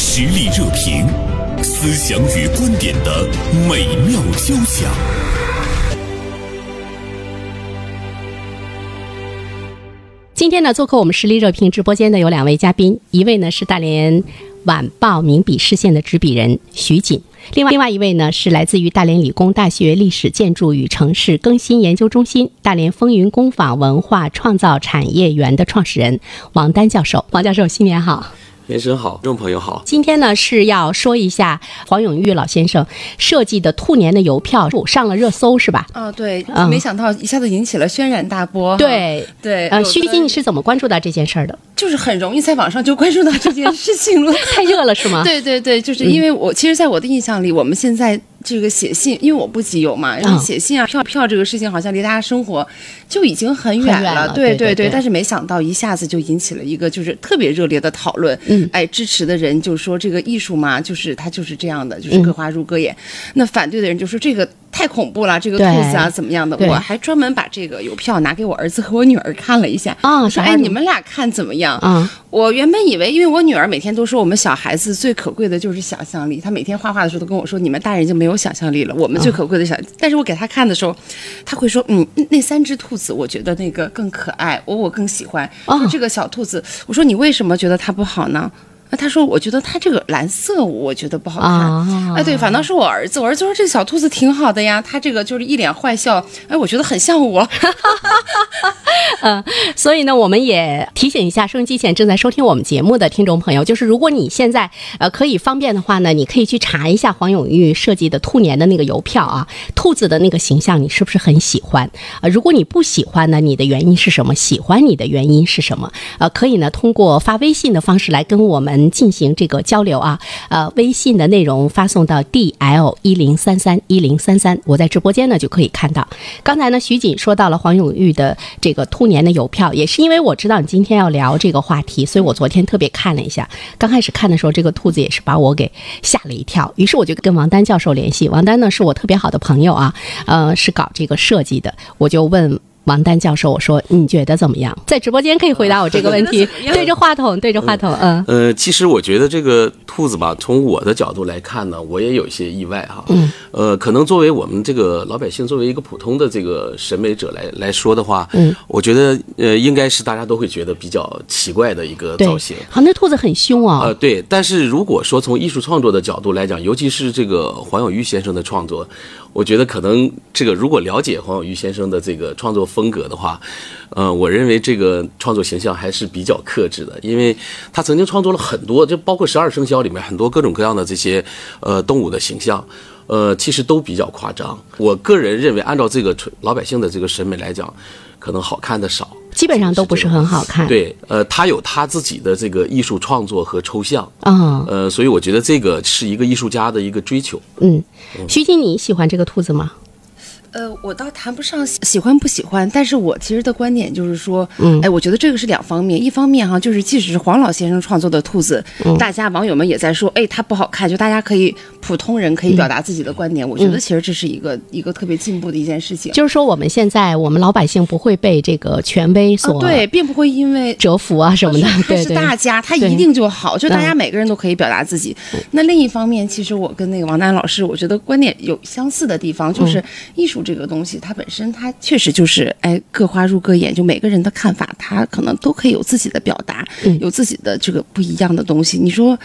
实力热评，思想与观点的美妙交响。今天呢，做客我们实力热评直播间的有两位嘉宾，一位呢是大连晚报名笔视线的执笔人徐锦，另外另外一位呢是来自于大连理工大学历史建筑与城市更新研究中心大连风云工坊文化创造产业园的创始人王丹教授。王教授，新年好！袁生好，众朋友好。今天呢是要说一下黄永玉老先生设计的兔年的邮票上了热搜是吧？哦，对，嗯没想到一下子引起了轩然大波。对哈对，呃，有徐的锦，你是怎么关注到这件事儿的？就是很容易在网上就关注到这件事情了。太热了是吗？嗯对对对，就是因为我、其实，在我的印象里，我们现在这个写信，因为我不集邮嘛，嗯然后写信啊、票票这个事情，好像离大家生活就已经很远很远了对对对对但是没想到一下子就引起了一个就是特别热烈的讨论。嗯哎，支持的人就说这个艺术嘛，就是它就是这样的，嗯就是各花入各眼。那反对的人就说这个。太恐怖了，这个兔对子啊，怎么样的？对我还专门把这个邮票拿给我儿子和我女儿看了一下，啊我小说孩哎，儿你们俩看怎么样？啊，我原本以为，因为我女儿每天都说我们小孩子最可贵的就是想象力，她每天画画的时候都跟我说，你们大人就没有想象力了，我们最可贵的想。 但是我给她看的时候，她会说，嗯，那三只兔子，我觉得那个更可爱，我我更喜欢。哦说这个小兔子，我说你为什么觉得它不好呢？那她说，我觉得它这个蓝色，我觉得不好看。啊哎，对，反倒是我儿子，我儿子说这小兔子挺好的呀，它这个就是一脸坏笑，哎，我觉得很像我。 所以呢，我们也提醒一下收音机前正在收听我们节目的听众朋友，就是如果你现在呃可以方便的话呢，你可以去查一下黄永玉设计的兔年的那个邮票啊，兔子的那个形象你是不是很喜欢？呃，如果你不喜欢呢，你的原因是什么？喜欢你的原因是什么？呃，可以呢通过发微信的方式来跟我们进行这个交流啊。呃，微信的内容发送到 dl 一零三三一零三三，我在直播间呢就可以看到。刚才呢，徐锦说到了黄永玉的这个兔年的邮票，也是因为我知道你今天要聊这个话题，所以我昨天特别看了一下。刚开始看的时候，这个兔子也是把我给吓了一跳，于是我就跟王丹教授联系。王丹呢是我特别好的朋友啊，呃，是搞这个设计的，我就问。王丹教授，我说你觉得怎么样？在直播间可以回答我这个问 题，对着话筒，对着话筒，嗯呃，其实我觉得这个兔子吧，从我的角度来看呢，我也有一些意外哈。嗯。呃，可能作为我们这个老百姓，作为一个普通的这个审美者来来说的话，嗯，我觉得呃，应该是大家都会觉得比较奇怪的一个对，造型。好，那兔子很凶呃，哦，对，但是如果说从艺术创作的角度来讲，尤其是这个黄永玉先生的创作，我觉得可能这个如果了解黄永玉先生的这个创作风格的话，呃，我认为这个创作形象还是比较克制的，因为他曾经创作了很多，就包括十二生肖里面很多各种各样的这些呃动物的形象。呃，其实都比较夸张。我个人认为，按照这个纯老百姓的这个审美来讲，可能好看的少，基本上都不是很好看。， 对，呃，他有他自己的这个艺术创作和抽象，嗯呃，所以我觉得这个是一个艺术家的一个追求。嗯，徐静，你喜欢这个兔子吗？呃，我倒谈不上喜喜欢不喜欢，但是我其实的观点就是说，嗯，哎，我觉得这个是两方面，一方面哈，就是即使是黄老先生创作的兔子，大家网友们也在说，哎，它不好看，就大家可以普通人可以表达自己的观点，我觉得其实这是一个一个特别进步的一件事情，就是说，我们现在我们老百姓不会被这个权威所、啊对，并不会因为折服啊什么的是，对它是对。大家，它对一定就好，就大家嗯每个人都可以表达自己。那另一方面，其实我跟那个王丹老师，我觉得观点有相似的地嗯方，就是艺术这个东西，它本身它确实就是，哎，各花入各眼，就每个人的看法，他可能都可以有自己的表达，嗯有自己的这个不一样的东西。你说。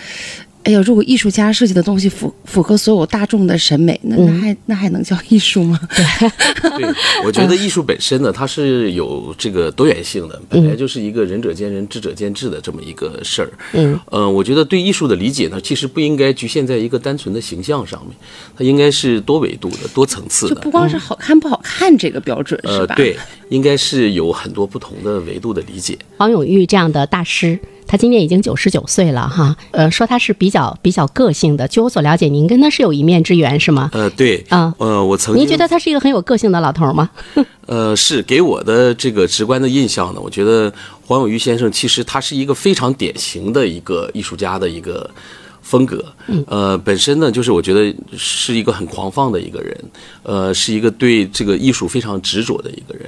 哎呀，如果艺术家设计的东西符符合所有大众的审美，那那嗯还那还能叫艺术吗？对， 我觉得艺术本身呢，它是有这个多元性的，本来就是一个仁者见仁，智者见智的这么一个事儿。嗯，呃，我觉得对艺术的理解呢，其实不应该局限在一个单纯的形象上面，它应该是多维度的、多层次就的不。嗯光是好看不好看这个标准、是呃，吧？对，应该是有很多不同的维度的理解。黄永玉这样的大师，他今年已经九十九岁了哈。呃，说他是比较比较个性的。据我所了解，您跟他是有一面之缘是吗？呃，对，啊呃，我曾经您觉得他是一个很有个性的老头儿吗？呃，是给我的这个直观的印象呢，我觉得黄永玉先生其实他是一个非常典型的一个艺术家的一个风格。嗯呃，本身呢，就是我觉得是一个很狂放的一个人，呃，是一个对这个艺术非常执着的一个人。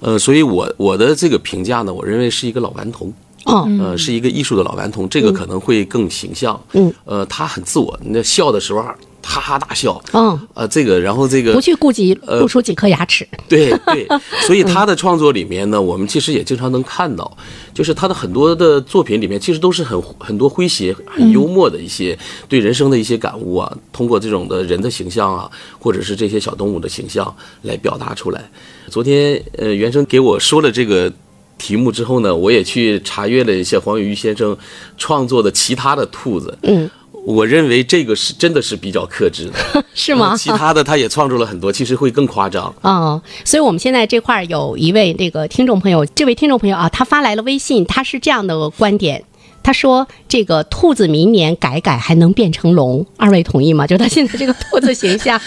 呃，所以我我的这个评价呢，我认为是一个老顽童。哦，呃，是一个艺术的老顽童，这个可能会更形象。嗯，呃，他很自我，那笑的时候哈哈大笑。嗯，呃，这个，然后这个不去顾及露出几颗牙齿， 对对，所以他的创作里面呢，我们其实也经常能看到，就是他的很多的作品里面，其实都是很很多诙谐、很幽默的一些嗯对人生的一些感悟啊，通过这种的人的形象啊，或者是这些小动物的形象来表达出来。昨天呃，袁生给我说了这个。题目之后呢，我也去查阅了一下黄永玉先生创作的其他的兔子。嗯，我认为这个是真的是比较克制的， 呃是吗？其他的他也创作了很多，其实会更夸张。哦，所以我们现在这块儿有一位这个听众朋友，这位听众朋友啊，他发来了微信，他是这样的观点。他说：“这个兔子明年改改还能变成龙，二位同意吗？就他现在这个兔子形 象，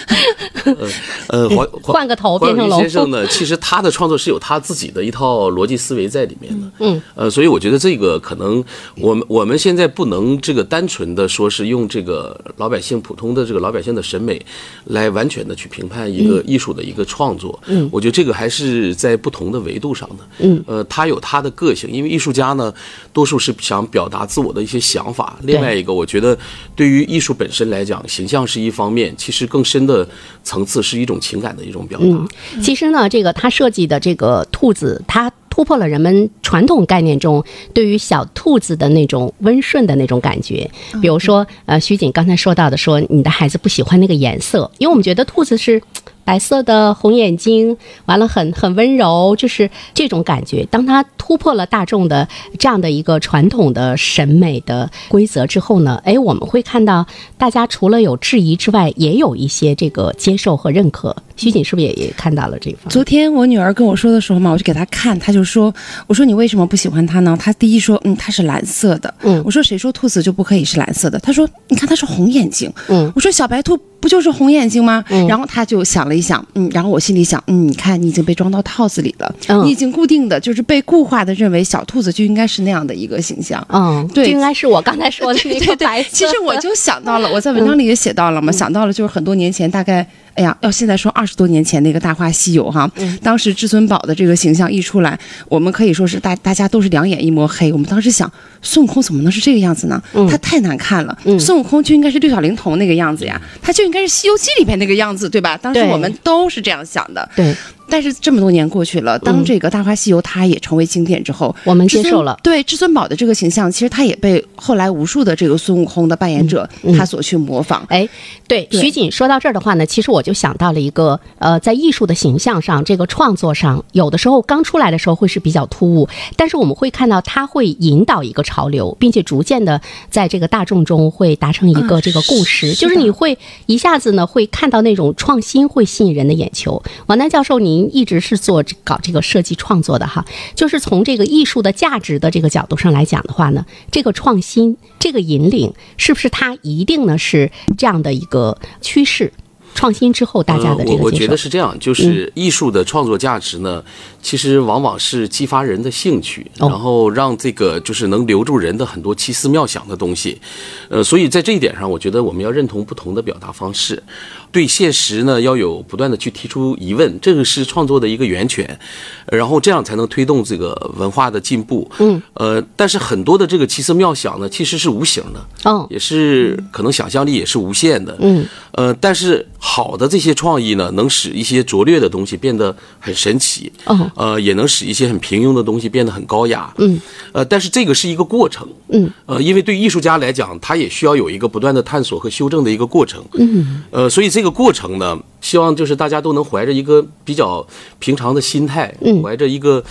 呃，黄换个头变成龙黄先生呢，其实他的创作是有他自己的一套逻辑思维在里面的。嗯，呃，所以我觉得这个可能我们我们现在不能这个单纯的说是用这个老百姓普通的这个老百姓的审美来完全的去评判一个艺术的一个创作。嗯，我觉得这个还是在不同的维度上的。嗯，呃，他有他的个性，因为艺术家呢，多数是想表达自我的一些想法。另外一个，我觉得对于艺术本身来讲，形象是一方面，其实更深的层次是一种情感的一种表达。其实呢，这个他设计的这个兔子，它突破了人们传统概念中对于小兔子的那种温顺的那种感觉。比如说，呃，徐锦刚才说到的说，你的孩子不喜欢那个颜色，因为我们觉得兔子是。嘖白色的红眼睛，完了很很温柔，就是这种感觉。当它突破了大众的这样的一个传统的审美的规则之后呢，哎，我们会看到大家除了有质疑之外，也有一些这个接受和认可。徐锦是不是也也看到了这一方面？昨天我女儿跟我说的时候嘛，我就给她看，她就说：“我说你为什么不喜欢它呢？”她第一说：“嗯，它是蓝色的。”嗯我说：“谁说兔子就不可以是蓝色的？”她说：“你看它是红眼睛。”嗯我说：“小白兔不就是红眼睛吗？”然后她就想了一想，嗯，然后我心里想，嗯，你看你已经被装到套子里了，嗯你已经固定的就是被固化的认为小兔子就应该是那样的一个形象。嗯，对这应该是我刚才说 的那对个对白色。对，其实我就想到 了，我在文章里也写到了嗯嘛，想到了就是很多年前，大概哎呀，要现在说二十多年前那个《大话西游》哈，嗯当时至尊宝的这个形象一出来，我们可以说是大大家都是两眼一抹黑。我们当时想，孙悟空怎么能是这个样子呢？嗯他太难看了，孙悟空就应该是六小龄童那个样子呀，他就应该是《西游记》里面那个样子，对吧？当时对我们都是这样想的。对，嗯但是这么多年过去了，当这个《大话西游》它也成为经典之后，我们接至受尊了对至尊宝的这个形象，其实他也被后来无数的这个孙悟空的扮演者、嗯他所去模仿。哎，对，对徐锦说到这儿的话呢，其实我就想到了一个，呃，在艺术的形象上，这个创作上，有的时候刚出来的时候会是比较突兀，但是我们会看到它会引导一个潮流，并且逐渐的在这个大众中会达成一个啊这个共识，嗯是就是的你会一下子呢会看到那种创新会吸引人的眼球。王丹教授，您一直是做这搞这个设计创作的哈，就是从这个艺术的价值的这个角度上来讲的话呢，这个创新、这个引领，是不是它一定呢是这样的一个趋势？创新之后，大家的这呃、我个嗯我接觉受得，是这样，就是艺术的创作价值呢，其实往往是激发人的兴趣，哦然后让这个就是能留住人的很多奇思妙想的东西。呃，所以在这一点上，我觉得我们要认同不同的表达方式，对现实呢要有不断的去提出疑问，这个是创作的一个源泉，然后这样才能推动这个文化的进步。嗯，呃，但是很多的这个奇思妙想呢，其实是无形的。嗯也是可能想象力也是无限的，嗯，呃，但是好的这些创意呢，能使一些拙劣的东西变得很神奇，哦呃，也能使一些很平庸的东西变得很高雅，嗯，呃，但是这个是一个过程，嗯，呃，因为对艺术家来讲，他也需要有一个不断的探索和修正的一个过程，嗯，呃，所以这个过程呢，希望就是大家都能怀着一个比较平常的心态，嗯，怀着一个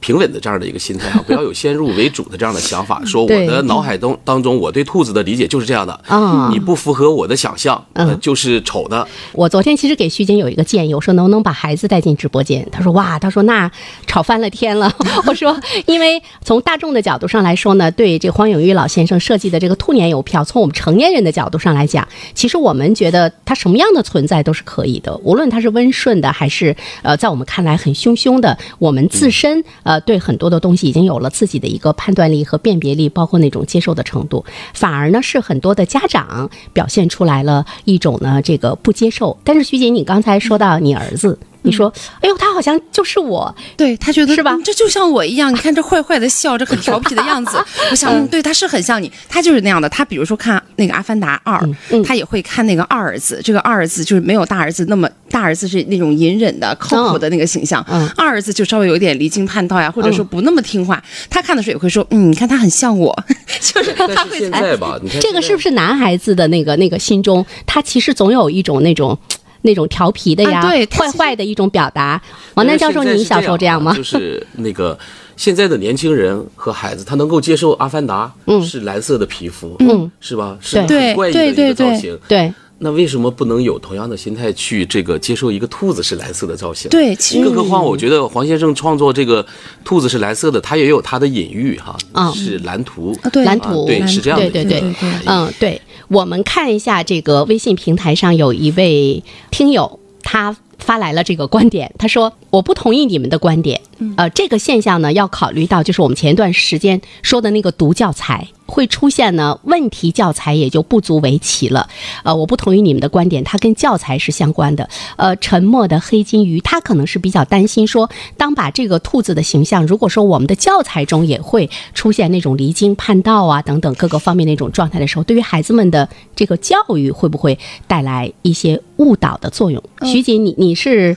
平稳的这样的一个心 态啊，不要有先入为主的这样的想法，说我对的脑海中当中，我对兔子的理解就是这样的啊你不符合我的想象，呃嗯就是丑的，我昨天其实给徐锦有一个建议，我说能不能把孩子带进直播间？他说哇，他说那吵翻了天了。 我说，因为从大众的角度上来说呢，对这黄永玉老先生设计的这个兔年邮票，从我们成年人的角度上来讲，其实我们觉得它什么样的存在都是可以的，无论它是温顺的，还是呃，在我们看来很汹汹的，我们自身呃对很多的东西已经有了自己的一个判断力和辨别力，包括那种接受的程度，反而呢是很多的家长表现出来了一种呢这个不接受。但是徐姐，你刚才说到你儿子。你说，哎呦，他好像就是我，对他觉得是吧嗯这就像我一样，你看这坏坏的笑，这很调皮的样 子。我想，嗯对，他是很像你，他就是那样的。他比如说看那个《阿凡达嗯二》他也会看那个二儿子。这个二儿子就是没有大儿子那么大儿子是那种隐忍的、靠谱的那个形象，嗯二儿子就稍微有点离经叛道呀，或者说不那么听话。他看的时候也会说，嗯，你看他很像我， 就是他 但是会现在吧，你看这个是现不是男孩子的那个那个心中，他其实总有一种那种。那种调皮的呀，啊对他坏其实坏的一种表达。在王丹教授，但是你现在小是时候这样吗啊？就是那个现在的年轻人和孩子，他能够接受《阿凡达》，嗯是蓝色的皮肤，嗯，是吧？是很对怪异的一对对个造对型。对，那为什么不能有同样的心态去这个接受一个兔子是蓝色的造型？对，嗯其实嗯更何况，我觉得黄先生创作这个兔子是蓝色的，他也有他的隐喻哈，嗯是蓝图。啊对蓝图啊对是这样的对一对对个对对嗯，对，我们看一下这个微信平台上有一位听友，他发来了这个观点，他说我不同意你们的观点，呃，这个现象呢要考虑到就是我们前一段时间说的那个读教材。会出现呢问题教材也就不足为奇了，呃，我不同意你们的观点，它跟教材是相关的。呃，沉默的黑金鱼，他可能是比较担心说，当把这个兔子的形象，如果说我们的教材中也会出现那种离经叛道啊等等各个方面的一种状态的时候，对于孩子们的这个教育会不会带来一些误导的作用？徐锦，你你是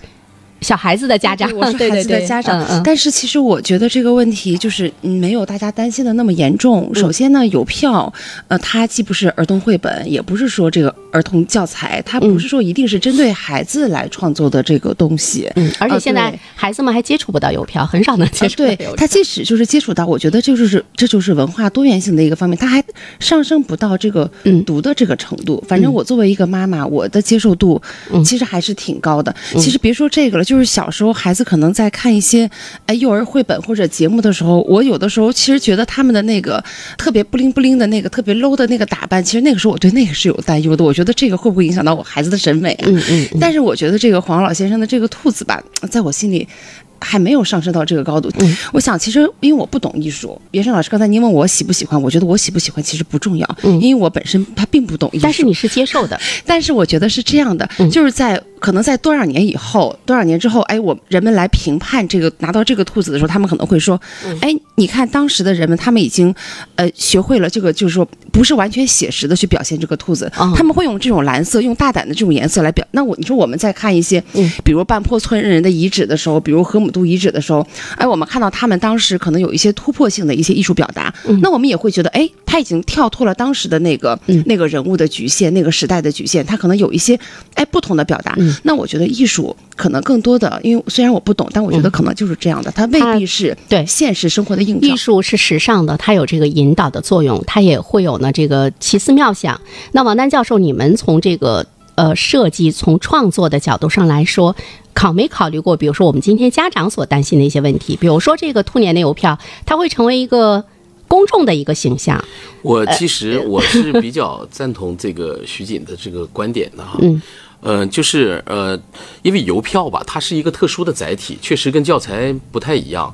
小孩子的家长，嗯我是对孩对子的对，家长，嗯嗯但是其实我觉得这个问题就是嗯没有大家担心的那么严嗯重。首先呢，邮票，呃，它既不是儿童绘本，也不是说这个儿童教材，它嗯不是说一定是针对孩子来创作的这个东西。嗯，而且啊现在对孩子们还接触不到邮票，很少能接啊触到对邮票。他即使就是接触到，我觉得这就是这就是文化多元性的一个方面，他还上升不到这个嗯读的这个程度。反正我作为一个妈妈，我的接受度其实还是挺高的。其实别说这个了，就是小时候孩子可能在看一些哎幼儿绘本或者节目的时候，我有的时候其实觉得他们的那个特别不灵不灵的那个特别 low 的那个打扮，其实那个时候我对那个是有担忧的。我觉得这个会不会影响到我孩子的审美啊？嗯嗯嗯但是我觉得这个黄老先生的这个兔子吧，在我心里。还没有上升到这个高度。嗯我想，其实因为我不懂艺术，袁生老师刚才您问我喜不喜欢，我觉得我喜不喜欢其实不重要，因为我本身他并不懂艺术。嗯但是你是接受的，但是我觉得是这样的，就是在可能在多少年以后，多少年之后，哎，我人们来评判这个拿到这个兔子的时候，他们可能会说，哎，你看当时的人们，他们已经呃学会了这个，就是说不是完全写实的去表现这个兔子，嗯他们会用这种蓝色，用大胆的这种颜色来表。那我你说我们在看一些，比如半坡村人的遗址的时候，比如河姆渡遗址的时候，哎，我们看到他们当时可能有一些突破性的一些艺术表达，那我们也会觉得，哎，他已经跳脱了当时的那个、那个人物的局限，那个时代的局限，他可能有一些哎不同的表达。那我觉得艺术可能更多的，因为虽然我不懂，但我觉得可能就是这样的，嗯它未必是对现实生活的映照艺。术是时尚的，它有这个引导的作用，它也会有呢这个奇思妙想。那王丹教授，你们从这个呃设计、从创作的角度上来说，考没考虑过，比如说我们今天家长所担心的一些问题，比如说这个兔年的邮票，它会成为一个公众的一个形象，我呃其实我 是比较赞同这个徐锦的这个观点的哈。嗯。呃，就是呃，因为邮票吧，它是一个特殊的载体，确实跟教材不太一样。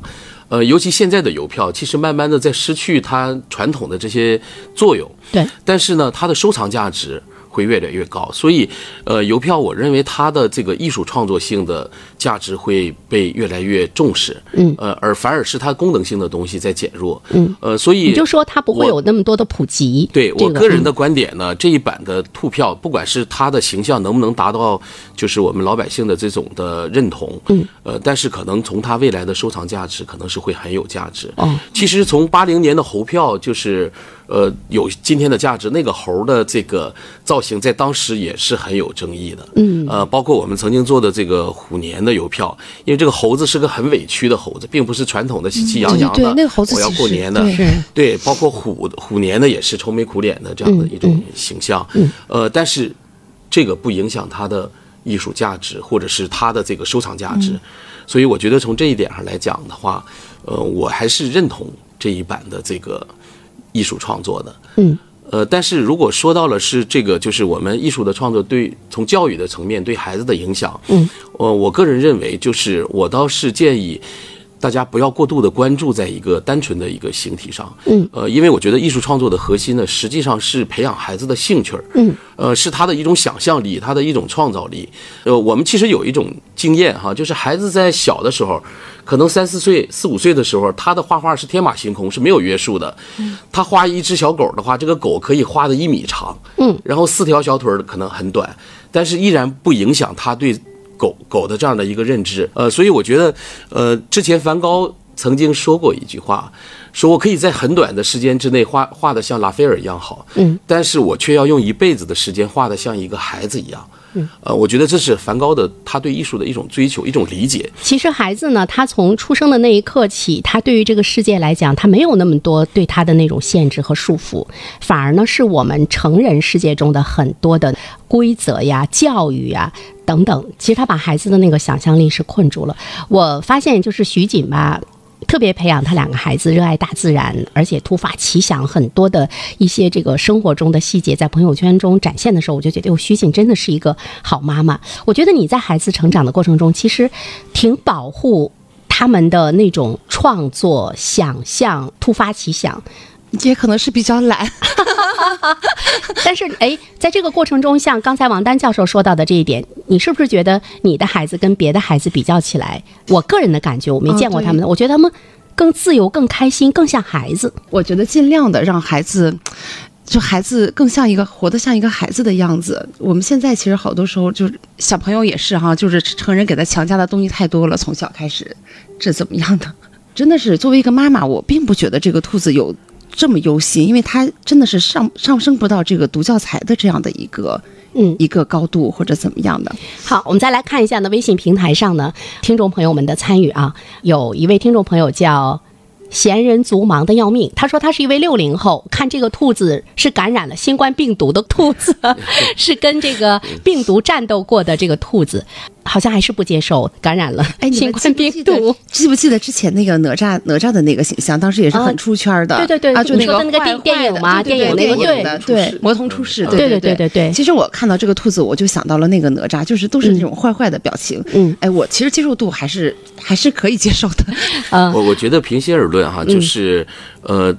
呃，尤其现在的邮票，其实慢慢的在失去它传统的这些作用。对，但是呢，它的收藏价值会越来越高，所以，呃，邮票我认为它的这个艺术创作性的价值会被越来越重视，嗯，呃，而反而是它功能性的东西在减弱，嗯，呃，所以你就说它不会我有那么多的普及。对这我个个人嗯的观点呢，这一版的兔票，不管是它的形象能不能达到，就是我们老百姓的这种的认同，嗯，呃，但是可能从它未来的收藏价值，可能是会很有价值。哦，其实从八零年的猴票就是。呃，有今天的价值，那个猴的这个造型在当时也是很有争议的。嗯，呃，包括我们曾经做的这个虎年的邮票，因为这个猴子是个很委屈的猴子，并不是传统嗯的喜气洋洋的。对对那个猴子我要其过实年的，对 对，包括虎虎年呢，也是愁眉苦脸的这样嗯的一种形象。呃，但是这个不影响它的艺术价值，或者是它的这个收藏价嗯值。所以我觉得从这一点上来讲的话，呃，我还是认同这一版的这个艺术创作的。嗯。呃，但是如果说到了是这个，就是我们艺术的创作对从教育的层面对孩子的影响，嗯，呃，我个人认为，就是我倒是建议，大家不要过度的关注在一个单纯的一个形体上，嗯，呃，因为我觉得艺术创作的核心呢，实际上是培养孩子的兴趣儿，嗯，呃，是他的一种想象力，他的一种创造力。呃，我们其实有一种经验哈，就是孩子在小的时候，可能三四岁、四五岁的时候，他的画画是天马行空，是没有约束的。嗯他画一只小狗的话，这个狗可以画的一米长，嗯，然后四条小腿儿可能很短，但是依然不影响他对狗狗的这样的一个认知。呃，所以我觉得，呃，之前梵高曾经说过一句话，说我可以在很短的时间之内画画的像拉斐尔一样好，嗯，但是我却要用一辈子的时间画的像一个孩子一样。嗯，呃，我觉得这是梵高的他对艺术的一种追求，一种理解。其实孩子呢，他从出生的那一刻起，他对于这个世界来讲，他没有那么多对他的那种限制和束缚，反而呢是我们成人世界中的很多的规则呀、教育呀。等等，其实他把孩子的那个想象力是困住了。我发现就是徐锦吧，特别培养他两个孩子热爱大自然，而且突发奇想，很多的一些这个生活中的细节在朋友圈中展现的时候，我就觉得，哟，徐锦真的是一个好妈妈。我觉得你在孩子成长的过程中，其实挺保护他们的那种创作、想象、突发奇想。也可能是比较懒，但是，哎，在这个过程中，像刚才王丹教授说到的这一点，你是不是觉得你的孩子跟别的孩子比较起来，我个人的感觉，我没哦见过对他们的，我觉得他们更自由、更开心、更像孩子。我觉得尽量的让孩子。就孩子更像一个活得像一个孩子的样子。我们现在其实好多时候就是小朋友也是哈，就是成人给他强加的东西太多了，从小开始，这怎么样的？真的是作为一个妈妈，我并不觉得这个兔子有这么忧心，因为它真的是上上升不到这个读教材的这样的一个嗯一个高度或者怎么样的。好，我们再来看一下呢，微信平台上呢，听众朋友们的参与啊，有一位听众朋友叫。闲人族忙得要命，他说他是一位六零后，看这个兔子是感染了新冠病毒的兔 子，是跟这个病毒战斗过的这个兔子，好像还是不接受感染了哎，你新们记冠不病记得毒。记不记得之前那个哪吒哪吒的那个形象，当时也是啊很出圈儿的。对对对啊，就你那个说的那个坏电电影坏的嘛对电影对那个电对影的出世对魔童出世，嗯对对对对对对其实我看到这个兔子，我就想到了那个哪吒，就是都是这种坏坏的表情。嗯，哎，我其实接受度还是还是可以接受的。我我觉得平心而论哈，就是，呃，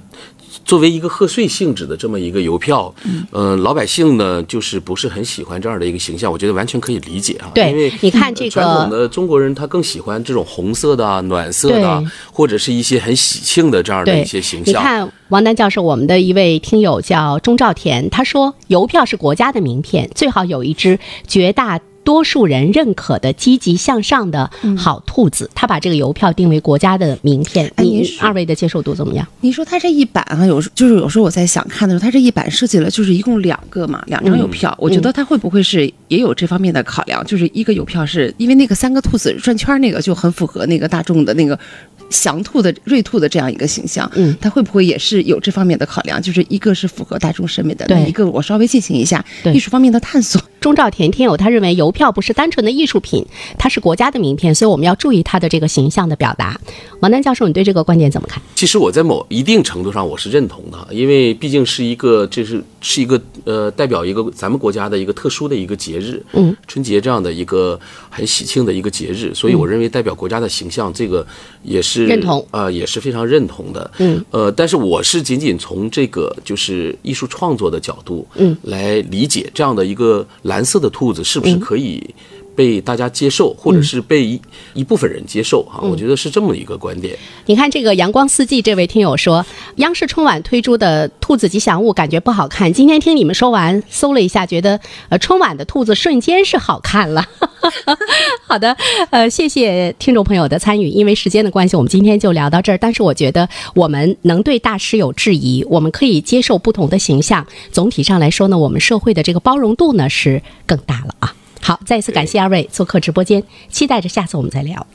作为一个贺岁性质的这么一个邮票，嗯呃，老百姓呢就是不是很喜欢这样的一个形象，我觉得完全可以理解哈。对因为呃你看这个嗯传统的中国人他更喜欢这种红色的啊、暖色的啊对，或者是一些很喜庆的这样的对，一些形你象。看，王丹教授，我们的一位听友叫钟兆田，他说邮票是国家的名片，最好有一只绝大。多数人认可的积极向上的嗯好兔子，他把这个邮票定为国家的名片。哎你您说二位的接受度怎么样？你说它这一版啊，有时就是有时候我在想看的时候，它这一版设计了就是一共两个嘛，两嗯张邮票。我觉得它会不会是也有这方面的考量？就是一个邮票是因为那个三个兔子转圈儿那个就很符合那个大众的那个祥兔的瑞兔的这样一个形象，嗯它会不会也是有这方面的考量？就是一个是符合大众审美的，对那一个我稍微进行一下对艺术方面的探索。钟兆田听友他认为邮票不是单纯的艺术品，它是国家的名片，所以我们要注意它的这个形象的表达。王丹教授，你对这个观点怎么看？其实我在某一定程度上我是认同的，因为毕竟是一个这是是一个呃代表一个咱们国家的一个特殊的一个节日，嗯，春节这样的一个很喜庆的一个节日，所以我认为代表国家的形象这个也是认同啊、也是非常认同的，嗯，呃，但是我是仅仅从这个就是艺术创作的角度，嗯，来理解这样的一个蓝色的兔子是不是可以。被大家接受，嗯或者是被一一部分人接受啊，我觉得是这么一个观点。你看这个阳光四季，这位听友说，央视春晚推出的兔子吉祥物感觉不好看。今天听你们说完，搜了一下，觉得呃春晚的兔子瞬间是好看了。 好的，呃，谢谢听众朋友的参与。因为时间的关系，我们今天就聊到这儿。但是我觉得我们能对大师有质疑，我们可以接受不同的形象。总体上来说呢，我们社会的这个包容度呢是更大了啊。好，再一次感谢二位做客直播间，期待着下次我们再聊。